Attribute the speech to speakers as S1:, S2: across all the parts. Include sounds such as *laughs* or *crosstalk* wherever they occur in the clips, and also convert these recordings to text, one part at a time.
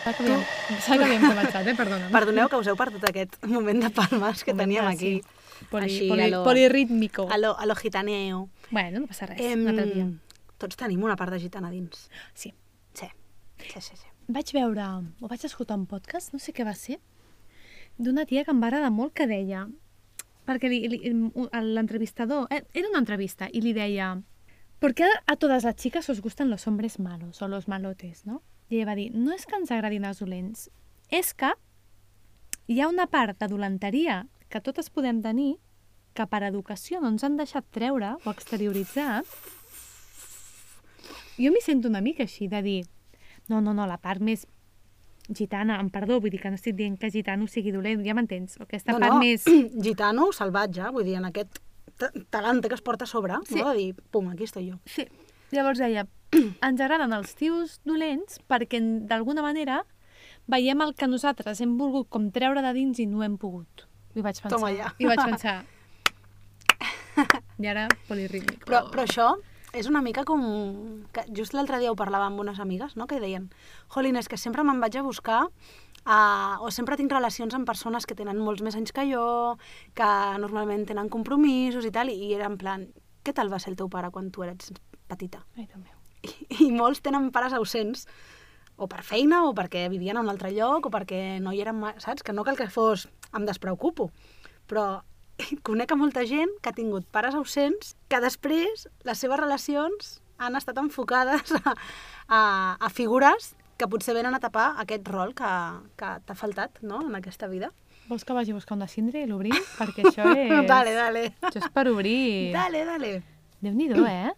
S1: S'ha que havíem, pensava que havíem començat, eh? Perdona'm.
S2: Perdoneu que us heu perdut aquest *laughs* moment de palmes que
S1: Moment
S2: teníem
S1: de-
S2: aquí.
S1: Poli,
S2: Així,
S1: poli,
S2: a lo-
S1: Polirítmico.
S2: A lo, a lo gitaneo.
S1: Bueno, no passa res,
S2: Em,
S1: un altre dia.
S2: Tots tenim una part de gitana dins.
S1: Sí.
S2: Sí, sí, sí. sí.
S1: Vaig veure, o vaig escoltar un podcast, no sé què va ser, d'una tia que em va agradar molt que deia, perquè li- li- un- l'entrevistador, eh, era una entrevista, i li deia, ¿por qué a todas las chicas os gustan los hombres malos o los malotes, no? I ella va dir, no és que ens agradin els dolents, és que hi ha una part de dolenteria que totes podem tenir que per educació no ens han deixat treure o exterioritzar. Jo m'hi sento una mica així, de dir, no, no, no, la part més gitana, em perdó, vull dir que no estic dient que gitano sigui dolent, ja m'entens, o aquesta
S2: No,
S1: part
S2: no,
S1: més...
S2: *clears throat* Gitano, salvatge, vull dir, en aquest ta- talent que es porta a sobre,
S1: Sí.
S2: no? de dir, pum, aquí estic jo.
S1: Sí. Llavors deia, *clears throat* ens agraden els tios dolents perquè en- d'alguna manera veiem el que nosaltres hem volgut com treure de dins i no hem pogut. I vaig pensar.
S2: Toma ja.
S1: I vaig
S2: *laughs*
S1: pensar. I ara polirítmic.
S2: Però, però això és una mica com... Que just l'altre dia ho parlava amb unes amigues, no? que deien, jolín, és que sempre me'n vaig a buscar a... o sempre tinc relacions amb persones que tenen molts més anys que jo, que normalment tenen compromisos i tal, i era en plan, què tal va ser el teu pare quan tu eres petita?
S1: Ai, Déu meu.
S2: I, *laughs* i molts tenen pares ausents, o per feina, o perquè vivien a un altre lloc, o perquè no hi eren... ma- Saps? Que no cal que fos em despreocupo. Però *laughs* conec a molta gent que ha tingut pares ausents que després les seves relacions han estat enfocades *laughs* a, a, a figures que potser venen a tapar aquest rol que, que t'ha faltat no? en aquesta vida.
S1: Vols que vagi a buscar una cindre i
S2: *laughs*
S1: l'obrim? Perquè això és...
S2: Dale, dale.
S1: Això és per obrir.
S2: Dale, dale.
S1: Déu-n'hi-do, eh?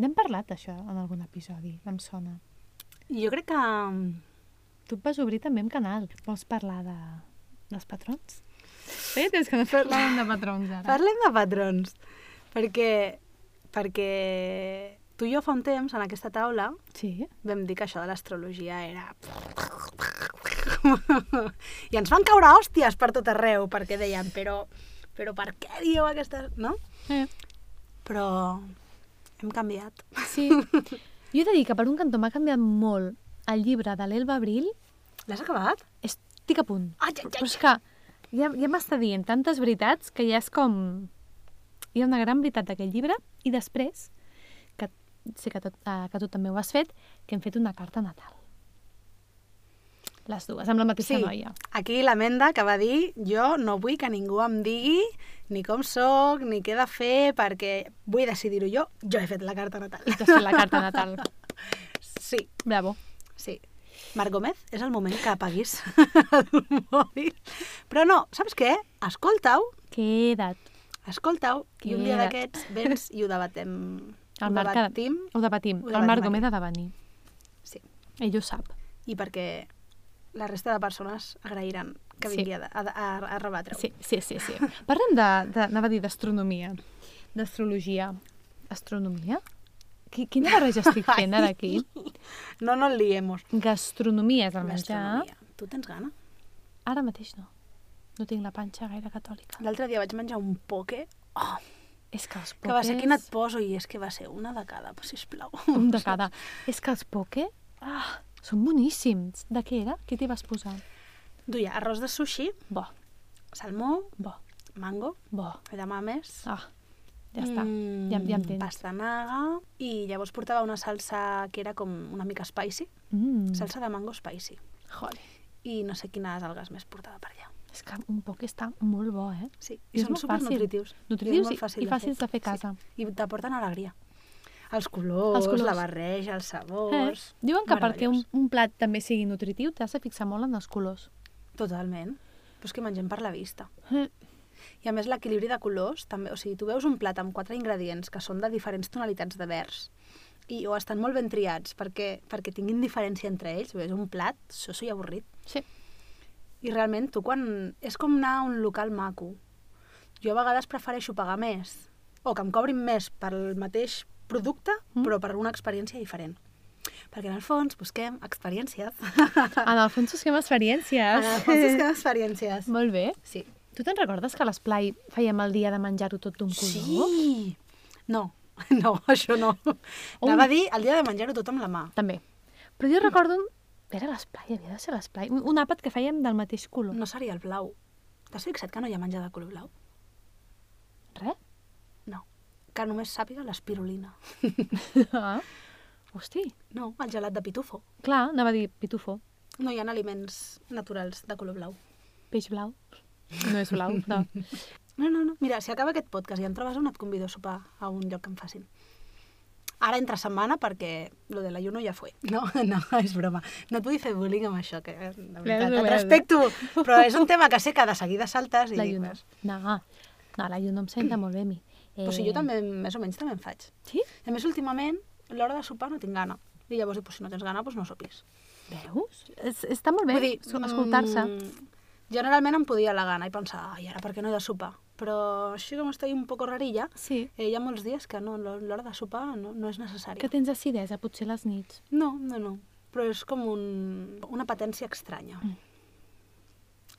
S1: N'hem parlat, això, en algun episodi, em sona.
S2: Jo crec que...
S1: Tu et vas obrir també amb canal. Vols parlar de... dels patrons? Feia temps que no parlàvem de patrons, ara.
S2: Parlem de patrons, perquè, perquè tu i jo fa un temps, en aquesta taula,
S1: Sí.
S2: vam dir que això de l'astrologia era... *laughs* I ens van caure hòsties per tot arreu, perquè deien, però, però per què dieu aquestes... No?
S1: Eh.
S2: Però hem canviat.
S1: Sí. *laughs* Jo he de dir que per un cantó m'ha canviat molt el llibre de l'Elba Abril.
S2: L'has acabat?
S1: Estic a punt.
S2: Ai, ai,
S1: Però
S2: ai.
S1: és que ja, ja m'està dient tantes veritats que ja és com... Hi ha una gran veritat d'aquest llibre i després, que sé que, tot, eh, que tu també ho has fet, que hem fet una carta natal. Les dues, amb la mateixa noia.
S2: aquí l'Amenda que va dir jo no vull que ningú em digui ni com sóc, ni què he de fer, perquè vull decidir-ho jo. Jo he fet la carta natal. *laughs*
S1: T'has fet la carta *laughs* natal.
S2: Sí.
S1: Bravo.
S2: Sí. Marc Gómez, és el moment que apaguis *laughs* el mòbil. Però no, saps què? Escolta-ho,
S1: Queda't.
S2: escolta-ho, i un dia
S1: Queda't.
S2: d'aquests vens i ho debatem.
S1: *laughs* El
S2: ho
S1: Marc ha-
S2: debatim,
S1: Ho debatim.
S2: Ho
S1: El
S2: debatem
S1: Marc
S2: aquí.
S1: Gómez ha de venir.
S2: sí.
S1: Ell ho sap.
S2: I perquè la resta de persones agrairan que
S1: Sí.
S2: vingui a, a, a, a rebatre-ho.
S1: Sí, sí, sí. *laughs* sí. Parlem de, de, anava a dir d'astronomia, d'astrologia. Astronomia? Qui- Quina *laughs* barreja estic fent ara aquí?
S2: No nos liemos.
S1: Gastronomia és el menjar.
S2: L'astronomia. Tu tens gana?
S1: Ara mateix no. No tinc la panxa gaire catòlica.
S2: L'altre dia vaig menjar un poke oh,
S1: És que els poques...
S2: que va ser quina et poso i és que va ser una de cada, sisplau.
S1: Un de cada. És que els poke... Ah, són boníssims. De què era? Què t'hi vas posar?
S2: Duia arròs de sushi,
S1: Bo,
S2: salmó,
S1: bo,
S2: mango,
S1: bo. edamames.
S2: edamames,
S1: Ah, ja està. Ja, ja em tens.
S2: Pastanaga. Mm, I llavors portava una salsa que era com una mica spicy.
S1: Mm.
S2: Salsa de mango spicy.
S1: Joli.
S2: I no sé quines algues més portava per allà.
S1: És que un poc està molt bo, eh?
S2: Sí,
S1: I
S2: i,
S1: és
S2: són
S1: molt fàcil.
S2: supernutritius.
S1: Nutritius
S2: molt
S1: i- i
S2: de
S1: fàcils
S2: fer.
S1: de fer a casa.
S2: Sí. I t'aporten alegria. Els colors,
S1: Els
S2: els
S1: colors.
S2: colors, la barreja, els
S1: Eh?
S2: sabors...
S1: Diuen que perquè un,
S2: Meravellós.
S1: un plat també sigui nutritiu t'has de fixar molt en els colors.
S2: Totalment. Però és que mengem per la vista.
S1: Eh?
S2: I a més l'equilibri de colors, també, o sigui, tu veus un plat amb quatre ingredients que són de diferents tonalitats de verds i o estan molt ben triats perquè, perquè tinguin diferència entre ells, és un plat soso i avorrit.
S1: Sí.
S2: I realment tu quan... És com anar a un local maco. Jo a vegades prefereixo pagar més o que em cobrin més pel mateix producte
S1: Mm.
S2: mm. però per una experiència diferent. Perquè en el fons busquem experiències. Ah.
S1: En el fons busquem
S2: *laughs* en el fons
S1: experiències.
S2: busquem experiències.
S1: *laughs* molt bé.
S2: Sí.
S1: Tu te'n recordes que a l'esplai fèiem el dia de menjar-ho tot d'un color?
S2: Sí! No, *laughs* no, això no.
S1: Un-
S2: Anava a dir el dia de menjar-ho tot amb la mà. Mm.
S1: També. Però jo recordo Era l'esplai, havia de ser l'esplai. Un, un àpat que fèiem del mateix color.
S2: No seria el blau. T'has fixat que no hi ha menjar de color blau?
S1: Res?
S2: No. Que només sàpiga l'espirulina.
S1: *laughs* Ah. Hosti.
S2: No, el gelat de pitufo.
S1: Clar, anava a dir pitufo,
S2: No hi ha aliments naturals de color blau.
S1: peix blau. No és blau, no.
S2: *laughs* No, no, no. Mira, si acaba aquest podcast i em trobes un, et convido a sopar a un lloc que em facin. Ara entre setmana perquè lo de l'ayuno ja fue. No, *laughs* no, és broma. No et vull fer bullying amb això, que eh, de veritat,
S1: obert, eh?
S2: et respecto, però és
S1: *laughs*
S2: un tema que sé que de seguida saltes i
S1: La
S2: dic,
S1: lluna.
S2: pues,
S1: No, no, la lluna em senta molt bé a mi. Eh...
S2: pues, si jo també, més o menys, també en faig.
S1: Sí?
S2: I a més, últimament, a l'hora de sopar no tinc gana. I llavors, dic, pues, si no tens gana, pues, no sopis.
S1: Veus? Es, està molt bé so- escoltar-se.
S2: mm, generalment em podia la gana i pensar, ai, ara per què no he de sopar? Però així com estic un poco rarilla,
S1: Sí.
S2: eh, hi ha molts dies que no, l'ho- l'hora de sopar no, no és necessari.
S1: Que tens acidesa, potser les nits.
S2: No, no, no. Però és com un, una patència estranya.
S1: Mm.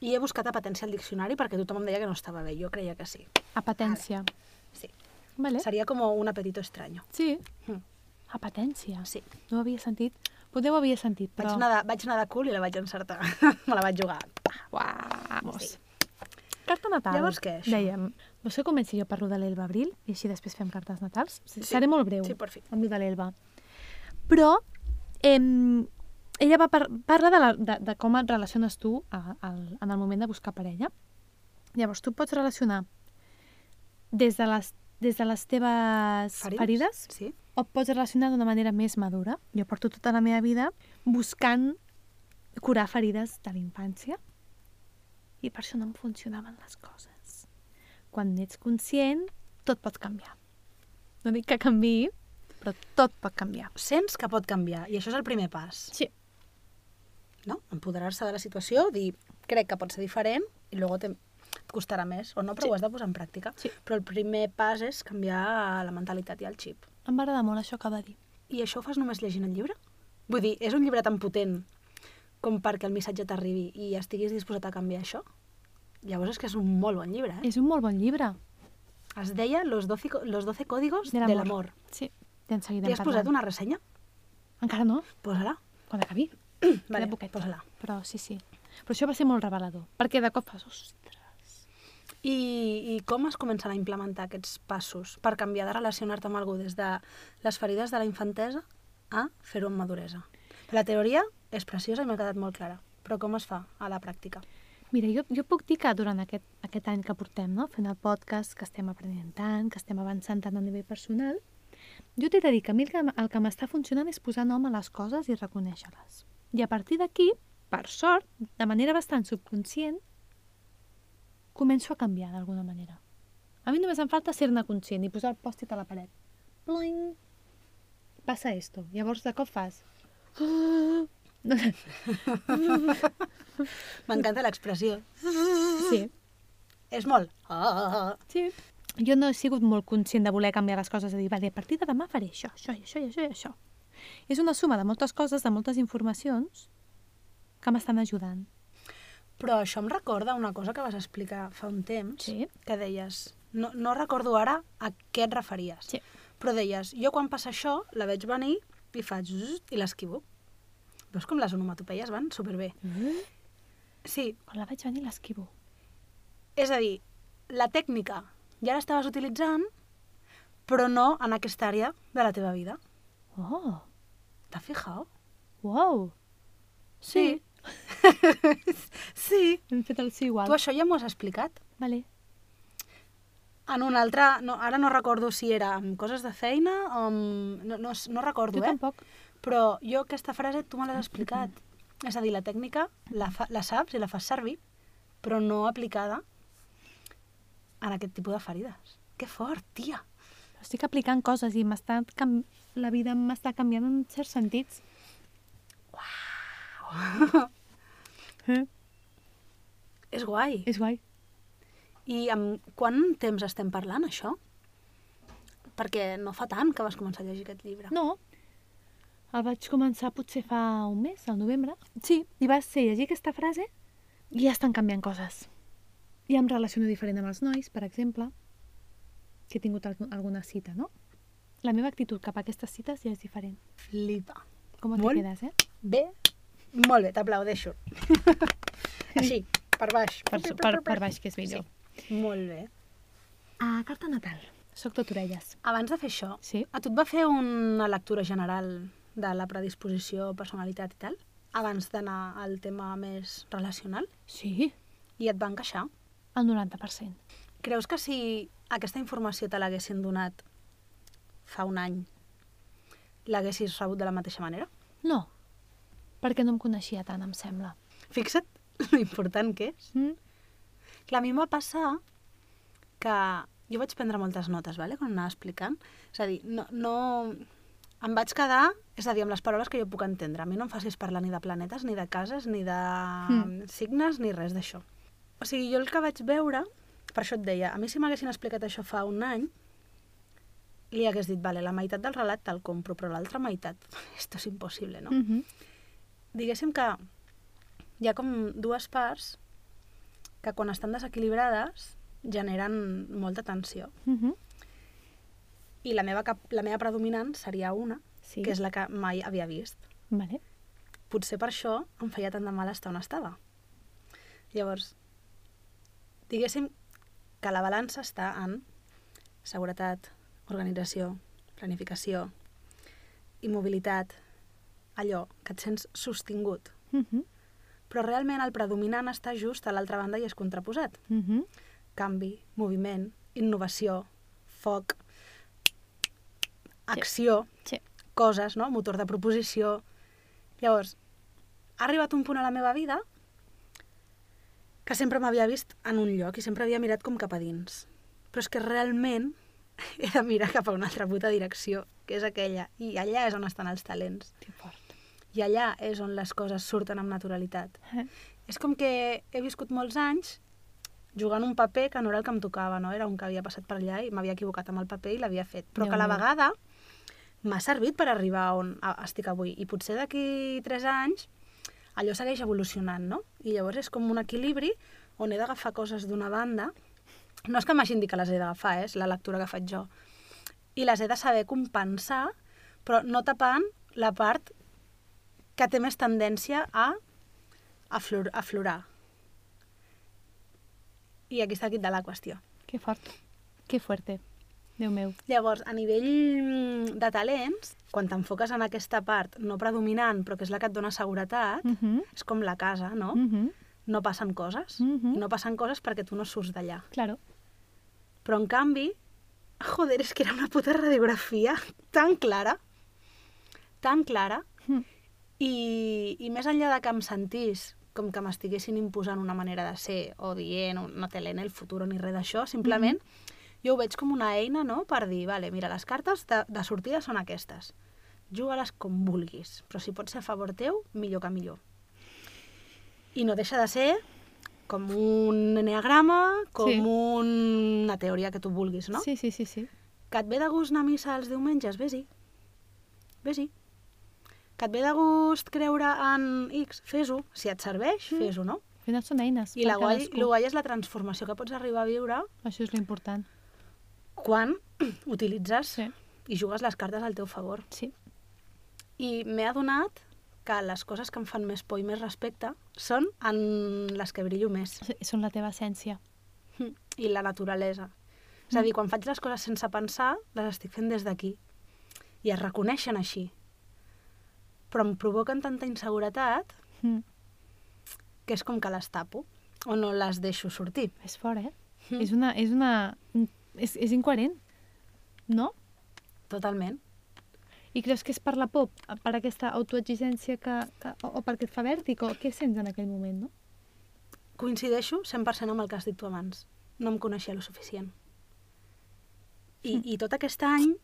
S2: I he buscat apatència al diccionari perquè tothom em deia que no estava bé. Jo creia que sí.
S1: Apatència.
S2: Sí.
S1: Vale?
S2: Seria com un apetito estranyo.
S1: Sí.
S2: Mm.
S1: Apatència.
S2: Sí.
S1: No ho havia sentit. Potser ho havia sentit,
S2: Vaig,
S1: però...
S2: anar de, vaig anar de cul i la vaig encertar. *laughs* Me la vaig jugar.
S1: Vamos.
S2: Sí.
S1: Carta natal.
S2: Llavors què, això?
S1: Dèiem, vols que comenci jo parlo de l'Elba Abril i així després fem cartes natals? Sí.
S2: Sí.
S1: Seré molt breu
S2: Sí, per fi.
S1: amb lo de l'Elba. Però em, ella va par parla de, la, de, de com et relaciones tu a, al, en el moment de buscar parella. Llavors, tu pots relacionar des de les, des de les teves ferides, ferides
S2: Sí.
S1: o et pots relacionar d'una manera més madura. Jo porto tota la meva vida buscant curar ferides de la infància i per això no em funcionaven les coses. Quan n'ets conscient, tot pot canviar. No dic que canvi, però tot pot canviar.
S2: Sents que pot canviar i això és el primer pas.
S1: Sí,
S2: no? empoderar-se de la situació, dir, crec que pot ser diferent, i després te, et costarà més, o no, però
S1: Sí.
S2: ho has de posar en pràctica.
S1: Sí.
S2: Però el primer pas és canviar la mentalitat i el xip.
S1: em va agradar molt això que va dir.
S2: I això ho fas només llegint el llibre? Vull dir, és un llibre tan potent com perquè el missatge t'arribi i estiguis disposat a canviar això? Llavors és que és un molt bon llibre, eh?
S1: És un molt bon llibre.
S2: Es deia Los 12, co- los 12 códigos de l'amor.
S1: Sí, ja en seguirem
S2: T'hi has posat una ressenya?
S1: Encara no,
S2: Posa-la.
S1: quan acabi.
S2: vale,
S1: Mm, Queda poquet.
S2: posa-la.
S1: Però sí, sí. Però això va ser molt revelador, perquè de cop fas, ostres,
S2: I, I com es comencen a implementar aquests passos per canviar de relacionar-te amb algú des de les ferides de la infantesa a fer-ho amb maduresa? La teoria és preciosa i m'ha quedat molt clara, però com es fa a la pràctica?
S1: Mira, jo, jo puc dir que durant aquest, aquest any que portem, no? fent el podcast, que estem aprenent tant, que estem avançant tant a nivell personal, jo t'he de dir que a mi el que, m- el que m'està funcionant és posar nom a les coses i reconèixer-les. I a partir d'aquí, per sort, de manera bastant subconscient, començo a canviar d'alguna manera. A mi només em falta ser-ne conscient i posar el pòstit a la paret. Ploing! Passa esto. Llavors de cop fas... *gasps* No sé, *laughs*
S2: M'encanta l'expressió.
S1: sí.
S2: És molt... Ah,
S1: Sí. Jo no he sigut molt conscient de voler canviar les coses, de dir, vale, a partir de demà faré això, això, i això, i això, i això. És una suma de moltes coses, de moltes informacions, que m'estan ajudant.
S2: Però això em recorda una cosa que vas explicar fa un temps,
S1: Sí.
S2: que deies... No, no recordo ara a què et referies,
S1: Sí.
S2: però deies, jo quan passa això la veig venir i faig zzz i l'esquivo. Veus com les onomatopeies van superbé?
S1: Mm.
S2: Sí,
S1: Quan la vaig venir l'esquivo.
S2: És a dir, la tècnica ja l'estaves utilitzant, però no en aquesta àrea de la teva vida.
S1: Oh,
S2: T'has fijat?
S1: wow. Sí.
S2: Sí.
S1: Hem fet el sí igual.
S2: Tu això ja m'ho has explicat?
S1: Vale.
S2: En un altre... No, ara no recordo si era amb coses de feina o amb... No, no, no recordo,
S1: Jo
S2: eh?
S1: tampoc.
S2: Però jo aquesta frase tu me l'has explicat. És a dir, la tècnica la, fa, la saps i la fas servir, però no aplicada en aquest tipus de ferides. Que fort, tia!
S1: Estic aplicant coses i m'està cam... la vida m'està canviant en certs sentits. Uau. *laughs* eh?
S2: És guai.
S1: És guai.
S2: I amb quant temps estem parlant, això? Perquè no fa tant que vas començar a llegir aquest llibre.
S1: No, el vaig començar potser fa un mes, al novembre. Sí, i va ser llegir aquesta frase i ja estan canviant coses. Ja em relaciono diferent amb els nois, per exemple, que he tingut alg- alguna cita, no? La meva actitud cap a aquestes cites ja és diferent.
S2: Flipa.
S1: Com et
S2: Molt.
S1: quedes, eh?
S2: Bé, Molt bé,
S1: *laughs*
S2: t'aplaudeixo. Així, per baix.
S1: Per, per, per baix, que és millor.
S2: Molt bé.
S1: Ah, carta natal. Soc tot orelles.
S2: Abans de fer això,
S1: Sí.
S2: a tu et va fer una lectura general de la predisposició, personalitat i tal? Abans d'anar al tema més relacional?
S1: Sí,
S2: I et va encaixar?
S1: el 90%.
S2: Creus que si aquesta informació te l'haguessin donat fa un any, l'haguessis rebut de la mateixa manera?
S1: No, perquè no em coneixia tant, em sembla.
S2: Fixa't *laughs* lo important que és.
S1: Mm?
S2: Clar, a mi em va passar que jo vaig prendre moltes notes, vale? quan anava explicant. És a dir, no, no... Em vaig quedar, és a dir, amb les paraules que jo puc entendre. A mi no em facis parlar ni de planetes, ni de cases, ni de
S1: Mm.
S2: mm. signes, ni res d'això. O sigui, jo el que vaig veure, per això et deia, a mi si m'haguessin explicat això fa un any, li hagués dit, vale, la meitat del relat te'l compro, però l'altra meitat, *laughs* esto es impossible, no?
S1: Mm -hmm.
S2: diguéssim que hi ha com dues parts que quan estan desequilibrades generen molta tensió.
S1: Mm -hmm.
S2: I la meva, cap, la meva predominant seria una,
S1: Sí.
S2: que és la que mai havia vist.
S1: Vale.
S2: Potser per això em feia tant de mal estar on estava. Llavors, diguéssim que la balança està en seguretat, organització, planificació, immobilitat, allò que et sents sostingut,
S1: Mm -hmm.
S2: però realment el predominant està just a l'altra banda i és contraposat.
S1: Mm -hmm.
S2: Canvi, moviment, innovació, foc, acció,
S1: Sí.
S2: coses, no? motor de proposició... Llavors, ha arribat un punt a la meva vida que sempre m'havia vist en un lloc i sempre havia mirat com cap a dins. Però és que realment he de mirar cap a una altra puta direcció, que és aquella. I allà és on estan els talents.
S1: Que fort.
S2: I allà és on les coses surten amb naturalitat.
S1: Eh?
S2: És com que he viscut molts anys jugant un paper que no era el que em tocava, no? Era un que havia passat per allà i m'havia equivocat amb el paper i l'havia fet. Però
S1: Déu
S2: que a la
S1: meu.
S2: vegada m'ha servit per arribar on a- estic avui. I potser d'aquí 3 anys allò segueix evolucionant, no? I llavors és com un equilibri on he d'agafar coses d'una banda. No és que m'hagin dit que les he d'agafar, eh? és la lectura que faig jo. I les he de saber compensar, però no tapant la part que té més tendència a aflor aflorar. I aquí està el quid de la qüestió.
S1: Que fort. Que fuerte. Déu meu.
S2: Llavors, a nivell mm, de talents, quan t'enfoques en aquesta part no predominant, però que és la que et dona seguretat,
S1: Mm -hmm.
S2: és com la casa, no?
S1: Mm -hmm.
S2: No passen coses.
S1: Mhm.
S2: No passen coses perquè tu no surts d'allà.
S1: Claro.
S2: Però, en canvi, joder, és que era una puta radiografia tan clara, tan clara,
S1: Mm.
S2: I, I més enllà de que em sentís com que m'estiguessin imposant una manera de ser o dient o no te leen el futur ni res d'això, simplement jo ho veig com una eina no? per dir, vale, mira, les cartes de, de sortida són aquestes. Juga-les com vulguis, però si pot ser a favor teu, millor que millor. I no deixa de ser com un enneagrama, com
S1: Sí.
S2: una teoria que tu vulguis, no?
S1: Sí, sí, sí, sí.
S2: Que et ve de gust anar a missa els diumenges? Ves-hi. Ves-hi. Que et ve de gust creure en X? Fes-ho. Si et serveix,
S1: Mm.
S2: fes-ho, no?
S1: Al final són eines.
S2: I
S1: per
S2: la guai,
S1: cadascú.
S2: lo guai és la transformació que pots arribar a viure
S1: Això és l'important.
S2: quan *clears throat* utilitzes
S1: Sí.
S2: i jugues les cartes al teu favor.
S1: Sí.
S2: I m'he adonat que les coses que em fan més por i més respecte són en les que brillo més.
S1: Sí, Són la teva essència.
S2: Mm. I la naturalesa. És a dir, quan faig les coses sense pensar, les estic fent des d'aquí. I es reconeixen així. Però em provoquen tanta inseguretat
S1: Mm.
S2: que és com que les tapo o no les deixo sortir.
S1: És fort, eh?
S2: Mm.
S1: Mm. És una... És, una és, és incoherent, no?
S2: Totalment.
S1: I creus que és per la por, per aquesta autoexigència que, que, o, o perquè et fa vèrtic, o què sents en aquell moment, no?
S2: Coincideixo 100% amb el que has dit tu abans. No em coneixia lo suficient. I, i tot aquest any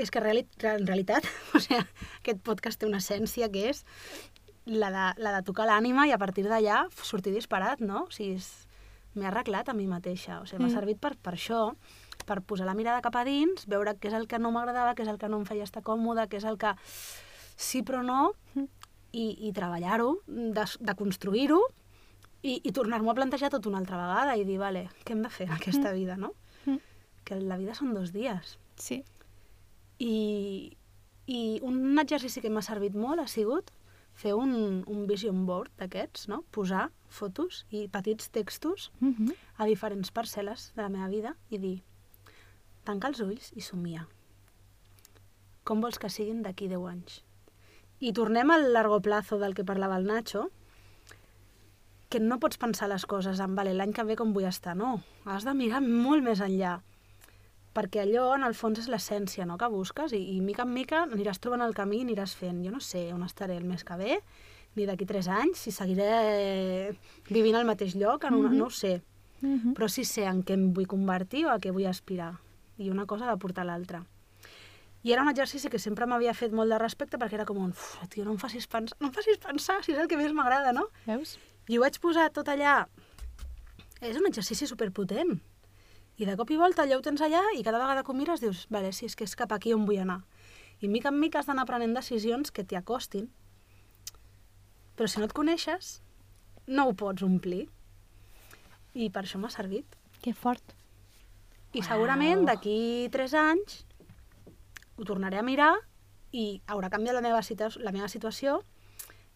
S2: és que reali re- en realitat *laughs* o sigui, aquest podcast té una essència que és la de, la de tocar l'ànima i a partir d'allà f- sortir disparat, no? O sigui, és- m'he arreglat a mi mateixa. O sigui, m'ha
S1: Mm.
S2: servit per, per això, per posar la mirada cap a dins, veure què és el que no m'agradava, què és el que no em feia estar còmode, què és el que sí però no,
S1: Mm.
S2: i, i treballar-ho, de, de construir-ho, i, i tornar-m'ho a plantejar tot una altra vegada i dir, vale, què hem de fer en aquesta vida, no?
S1: Mm.
S2: Que la vida són dos dies.
S1: Sí.
S2: I, i un exercici que m'ha servit molt ha sigut fer un, un vision board d'aquests, no? posar fotos i petits textos
S1: Mm -hmm.
S2: a diferents parcel·les de la meva vida i dir tanca els ulls i somia. Com vols que siguin d'aquí 10 anys? I tornem al largo plazo del que parlava el Nacho, que no pots pensar les coses en vale, l'any que ve com vull estar, no. Has de mirar molt més enllà, perquè allò en el fons és l'essència no? que busques i, i mica en mica aniràs trobant el camí i aniràs fent. Jo no sé on estaré el mes que ve, ni d'aquí 3 anys, si seguiré vivint al mateix lloc, en una, mm
S1: Mhm.
S2: -hmm. no ho sé
S1: Mm -hmm.
S2: però sí sé en què em vull convertir o a què vull aspirar. I una cosa ha de portar a l'altra. I era un exercici que sempre m'havia fet molt de respecte perquè era com un, "Uf, tio, no em facis pensar, no em facis pensar si és el que més m'agrada, no?
S1: Veus?
S2: I ho vaig posar tot allà. És un exercici superpotent. I de cop i volta allò ho tens allà i cada vegada que ho mires dius, vale, si és que és cap aquí on vull anar. I mica en mica has d'anar prenent decisions que t'hi acostin. Però si no et coneixes, no ho pots omplir. I per això m'ha servit.
S1: Que fort.
S2: I
S1: Uau.
S2: segurament d'aquí 3 anys ho tornaré a mirar i haurà canviat la meva, situa la meva situació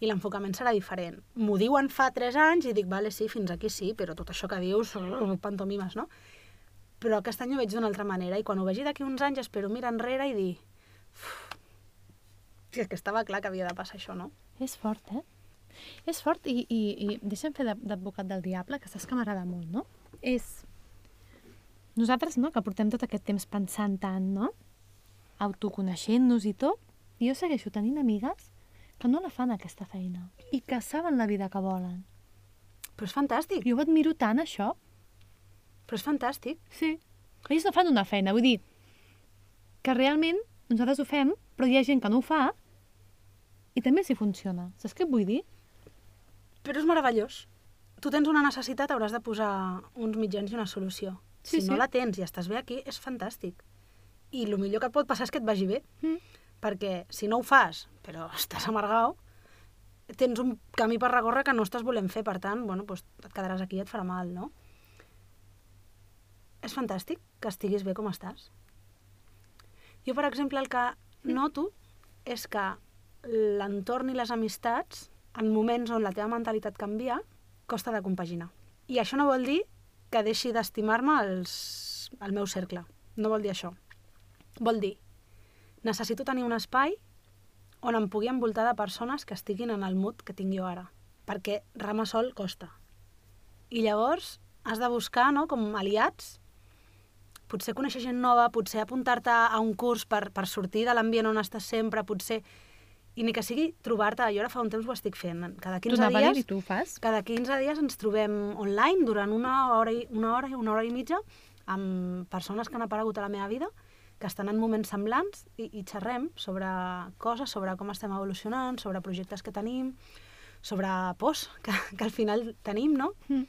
S2: i l'enfocament serà diferent. M'ho diuen fa 3 anys i dic, vale, sí, fins aquí sí, però tot això que dius, brr, pantomimes, no? Però aquest any ho veig d'una altra manera i quan ho vegi d'aquí uns anys espero mirar enrere i dir... "Uf, Si és que estava clar que havia de passar això, no?
S1: És fort, eh? És fort i, i, i deixa'm fer d'ad- d'advocat del diable, que saps que m'agrada molt, no? És... Nosaltres, no?, que portem tot aquest temps pensant tant, no? Autoconeixent-nos i tot, jo segueixo tenint amigues que no la fan aquesta feina i que saben la vida que volen.
S2: Però és fantàstic,
S1: Jo ho admiro tant, això.
S2: però és fantàstic.
S1: Sí. Ells no fan una feina, vull dir, que realment nosaltres ho fem, però hi ha gent que no ho fa i també s'hi funciona. Saps què et vull dir?
S2: Però és meravellós. Tu tens una necessitat, hauràs de posar uns mitjans i una solució.
S1: Sí,
S2: Sí, si sí. no
S1: sí.
S2: la tens i estàs bé aquí, és fantàstic. I el millor que et pot passar és que et vagi bé,
S1: Mm.
S2: perquè si no ho fas, però *laughs* estàs amargau, tens un camí per recórrer que no estàs volent fer, per tant, bueno, doncs et quedaràs aquí i et farà mal, no? És fantàstic que estiguis bé com estàs. Jo, per exemple, el que noto és que l'entorn i les amistats, en moments on la teva mentalitat canvia, costa de compaginar. I això no vol dir que deixi d'estimar-me els... el meu cercle. No vol dir això. Vol dir, necessito tenir un espai on em pugui envoltar de persones que estiguin en el mood que tinc jo ara. Perquè rama sol costa. I llavors has de buscar no, com aliats potser conèixer gent nova, potser apuntar-te a un curs per, per sortir de l'ambient on estàs sempre, potser... I ni que sigui trobar-te, jo ara fa un temps ho estic fent, cada 15
S1: tu
S2: dies...
S1: i tu ho fas.
S2: Cada 15 dies ens trobem online durant una hora i una hora i una hora i mitja amb persones que han aparegut a la meva vida, que estan en moments semblants i, i xerrem sobre coses, sobre com estem evolucionant, sobre projectes que tenim, sobre pors que, que al final tenim, no?
S1: Mm.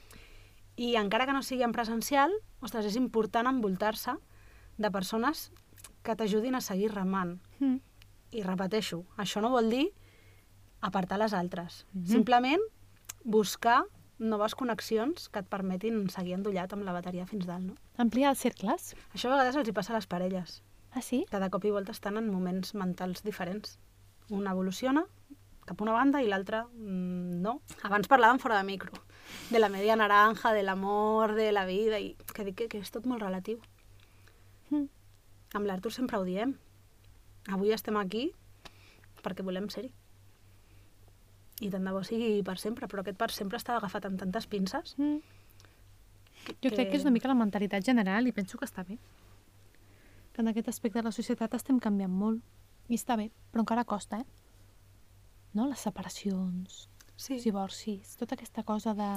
S2: I encara que no sigui en presencial, ostres, és important envoltar-se de persones que t'ajudin a seguir remant.
S1: Mm.
S2: I repeteixo, això no vol dir apartar les altres. Mm
S1: Mhm.
S2: -hmm. Simplement buscar noves connexions que et permetin seguir endollat amb la bateria fins dalt, no?
S1: Ampliar els cercles.
S2: Això a vegades els hi passa a les parelles.
S1: Ah, sí?
S2: Cada cop i volta estan en moments mentals diferents. Un evoluciona cap a una banda i l'altra mm, no. Abans parlàvem fora de micro, de la media naranja, de l'amor, de la vida, i que dic que, que és tot molt relatiu.
S1: Mm.
S2: Amb l'Artur sempre ho diem. Avui estem aquí perquè volem ser-hi. I tant de bo sigui per sempre, però aquest per sempre està agafat amb tantes pinces.
S1: Mm. Jo crec que és una mica la mentalitat general i penso que està bé. Que en aquest aspecte de la societat estem canviant molt. I està bé, però encara costa, eh? No? Les separacions,
S2: Sí.
S1: els divorcis, tota aquesta cosa de...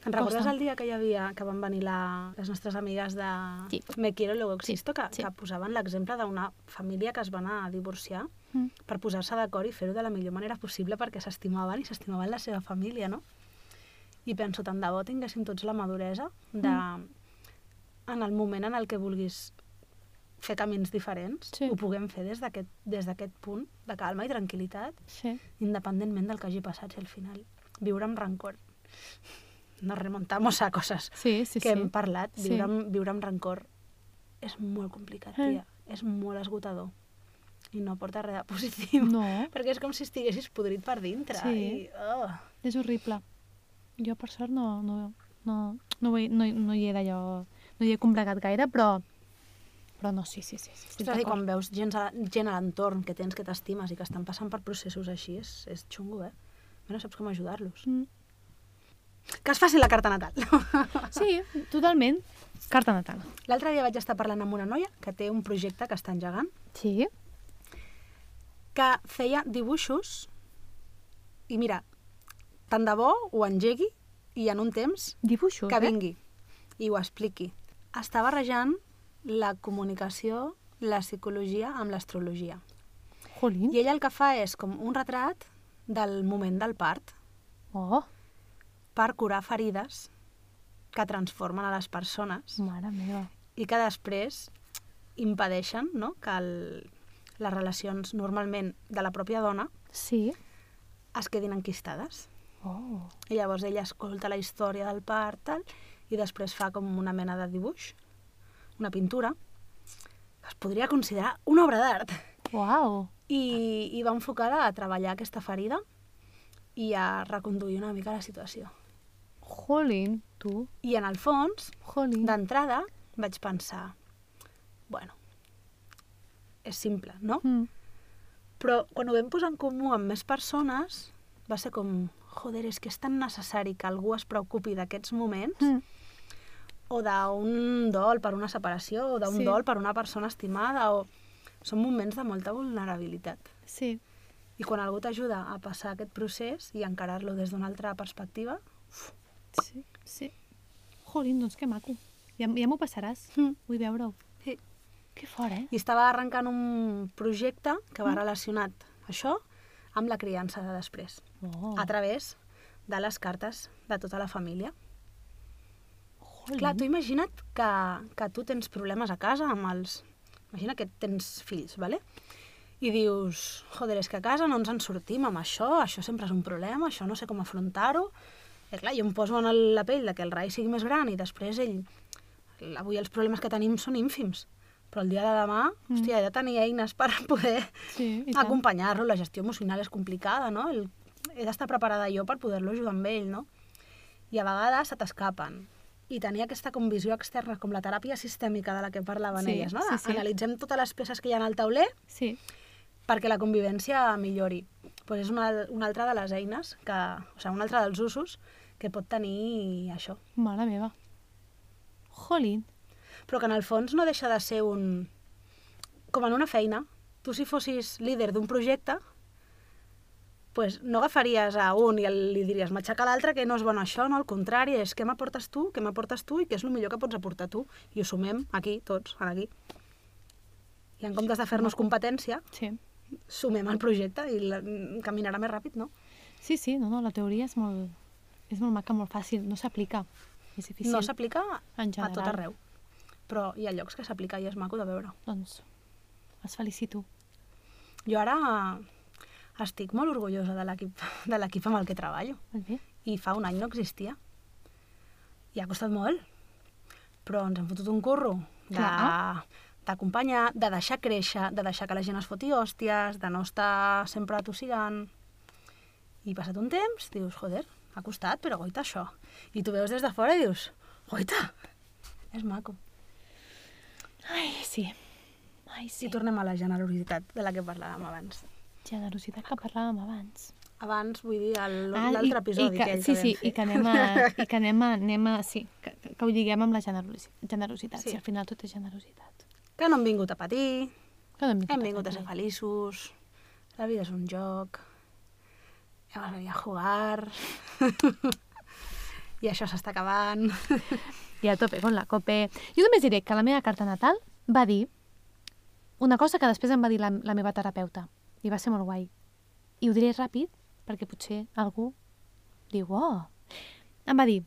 S2: Te'n recordes
S1: Costa.
S2: el dia que hi havia, que van venir la, les nostres amigues de
S1: Sí.
S2: Me Quiero Luego Existo, que,
S1: sí.
S2: que posaven l'exemple d'una família que es van anar a divorciar
S1: Mm.
S2: per posar-se d'acord i fer-ho de la millor manera possible perquè s'estimaven i s'estimaven la seva família, no? I penso, tant de bo tinguéssim tots la maduresa de...
S1: Mm.
S2: En el moment en el que vulguis fer camins diferents,
S1: Sí.
S2: ho puguem fer des d'aquest des d'aquest punt de calma i tranquil·litat
S1: Sí.
S2: independentment del que hagi passat, si al final viure amb rancor. Nos remontamos a coses
S1: Sí, sí,
S2: que hem
S1: sí.
S2: parlat.
S1: Sí.
S2: Viure, amb, viure amb rancor és molt complicat,
S1: Eh.
S2: tia. És molt esgotador. i no porta res de positiu.
S1: No.
S2: Perquè és com si estiguessis podrit per dintre.
S1: Sí.
S2: I, oh,
S1: És horrible. Jo, per sort, no, no, no, no, ho he, no, hi- no hi era jo... No hi he combregat gaire, però... Però no, sí, sí, sí. sí estic
S2: Ostres, i quan
S1: d'acord.
S2: veus gent a, gent a l'entorn que tens, que t'estimes i que estan passant per processos així, és, és xungo, eh? Bé, no saps
S1: *laughs*
S2: com ajudar-los.
S1: Mm.
S2: Que es faci la carta natal.
S1: Sí, totalment. Carta natal.
S2: *laughs* L'altre dia vaig estar parlant amb una noia que té un projecte que està engegant,
S1: Sí.
S2: que feia dibuixos i mira, tant de bo ho engegui i en un temps
S1: Dibuixos,
S2: que
S1: eh?
S2: vingui i ho expliqui. Està barrejant la comunicació, la psicologia amb l'astrologia.
S1: Jolín.
S2: I ella el que fa és com un retrat del moment del part
S1: Oh,
S2: per curar ferides que transformen a les persones
S1: mare meva.
S2: i que després impedeixen no? que el, les relacions normalment de la pròpia dona
S1: Sí.
S2: es quedin enquistades.
S1: Oh.
S2: I llavors ella escolta la història del part tal, i després fa com una mena de dibuix, una pintura, que es podria considerar una obra d'art.
S1: Uau.
S2: I, I va enfocada a treballar aquesta ferida i a reconduir una mica la situació.
S1: Jolín, tu.
S2: I en el fons,
S1: Jolín.
S2: d'entrada, vaig pensar, bueno, és simple, no?
S1: Mm.
S2: Però quan ho vam posar en comú amb més persones, va ser com, joder, és que és tan necessari que algú es preocupi d'aquests moments
S1: Mm.
S2: o d'un dol per una separació, o d'un
S1: Sí.
S2: sí. dol per una persona estimada, o... Són moments de molta vulnerabilitat.
S1: Sí.
S2: I quan algú t'ajuda a passar aquest procés i encarar-lo des d'una altra perspectiva,
S1: Sí, sí. Jolín, doncs que maco. Ja, ja m'ho passaràs.
S2: Mm.
S1: Vull veure-ho.
S2: sí.
S1: Que fort, eh?
S2: i estava arrencant un projecte que va relacionat això amb la criança de després,
S1: Oh.
S2: a través de les cartes de tota la família.
S1: Jolín.
S2: Clar, tu imagina't que, que tu tens problemes a casa amb els... Imagina que tens fills, vale? I dius, joder, és que a casa no ens en sortim amb això, això sempre és un problema, això no sé com afrontar-ho. I clar, jo em poso en el- la pell de que el Rai sigui més gran i després ell... Avui els problemes que tenim són ínfims, però el dia de demà, mm. hòstia, he de tenir eines per poder
S1: Sí, i tant.
S2: acompanyar-lo. La gestió emocional és complicada, no? El, he d'estar preparada jo per poder-lo ajudar amb ell, no? I a vegades se t'escapen. I tenir aquesta com visió externa, com la teràpia sistèmica de la que parlaven
S1: Sí,
S2: elles, no?
S1: sí, sí.
S2: Analitzem totes les peces que hi ha al tauler
S1: Sí.
S2: perquè la convivència millori. Pues és una, una altra de les eines, que, o sigui, un altre dels usos que pot tenir això.
S1: Mare meva. Jolín.
S2: Però que en el fons no deixa de ser un... Com en una feina, tu si fossis líder d'un projecte, pues no agafaries a un i el- li diries matxaca l'altre que no és bueno això, no, al contrari, és què m'aportes tu, què m'aportes tu i què és el millor que pots aportar tu. I ho sumem aquí, tots, ara aquí. I en comptes de fer-nos competència,
S1: Sí.
S2: sumem el projecte i la, caminarà més ràpid, no?
S1: Sí, sí, no, no, la teoria és molt, és molt maca, molt fàcil, no s'aplica. És difícil.
S2: No s'aplica
S1: En
S2: a tot
S1: general.
S2: arreu. Però hi ha llocs que s'aplica i és maco de veure.
S1: Doncs, els felicito.
S2: Jo ara estic molt orgullosa de l'equip de l'equip amb el que treballo.
S1: Molt bé.
S2: I fa un any no existia. I ha costat molt. Però ens hem fotut un curro de
S1: Clar.
S2: d'acompanyar, de deixar créixer, de deixar que la gent es foti hòsties, de no estar sempre tossegant. I passat un temps, dius, joder, ha costat, però goita això. I tu veus des de fora i dius, goita, és maco.
S1: Ai, sí. Ai, sí.
S2: I tornem a la generositat de la que parlàvem abans.
S1: Generositat que parlàvem abans.
S2: Abans, vull dir, el-
S1: Ah,
S2: l'altre episodi
S1: i que,
S2: aquell
S1: sí,
S2: vam
S1: sí,
S2: fer.
S1: i que
S2: *laughs*
S1: anem a, i que anem a, anem a sí, que, que que ho lliguem amb la generosi- generositat, sí.
S2: Sí.
S1: si al final tot és generositat.
S2: que no hem vingut a patir,
S1: Que no hem
S2: hem vingut a
S1: patir.
S2: ser feliços, la vida és un joc, hem de venir a jugar, *laughs* i això
S1: *laughs*
S2: s'està acabant.
S1: I a tope con la cope. Jo només diré que la meva carta natal va dir una cosa que després em va dir la, la meva terapeuta. I va ser molt guai. I ho diré ràpid, perquè potser algú diu, oh... Em va dir...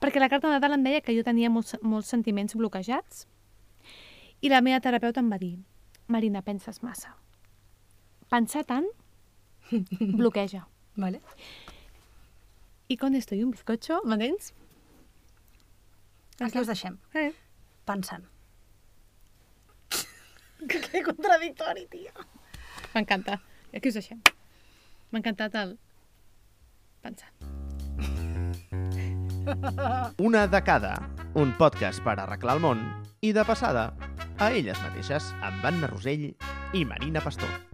S1: Perquè la carta natal em deia que jo tenia molts, molts sentiments bloquejats i la meva terapeuta em va dir, Marina, penses massa. Pensar tant bloqueja.
S2: Vale.
S1: I con esto y un bizcocho, m'entens?
S2: Aquí us deixem,
S1: *laughs* Eh.
S2: pensant. Que contradictori, tio.
S1: M'encanta. Aquí us deixem. M'ha encantat el... pensar.
S3: Una de cada, un podcast per arreglar el món i, de passada, a elles mateixes amb Anna Rosell i Marina Pastor.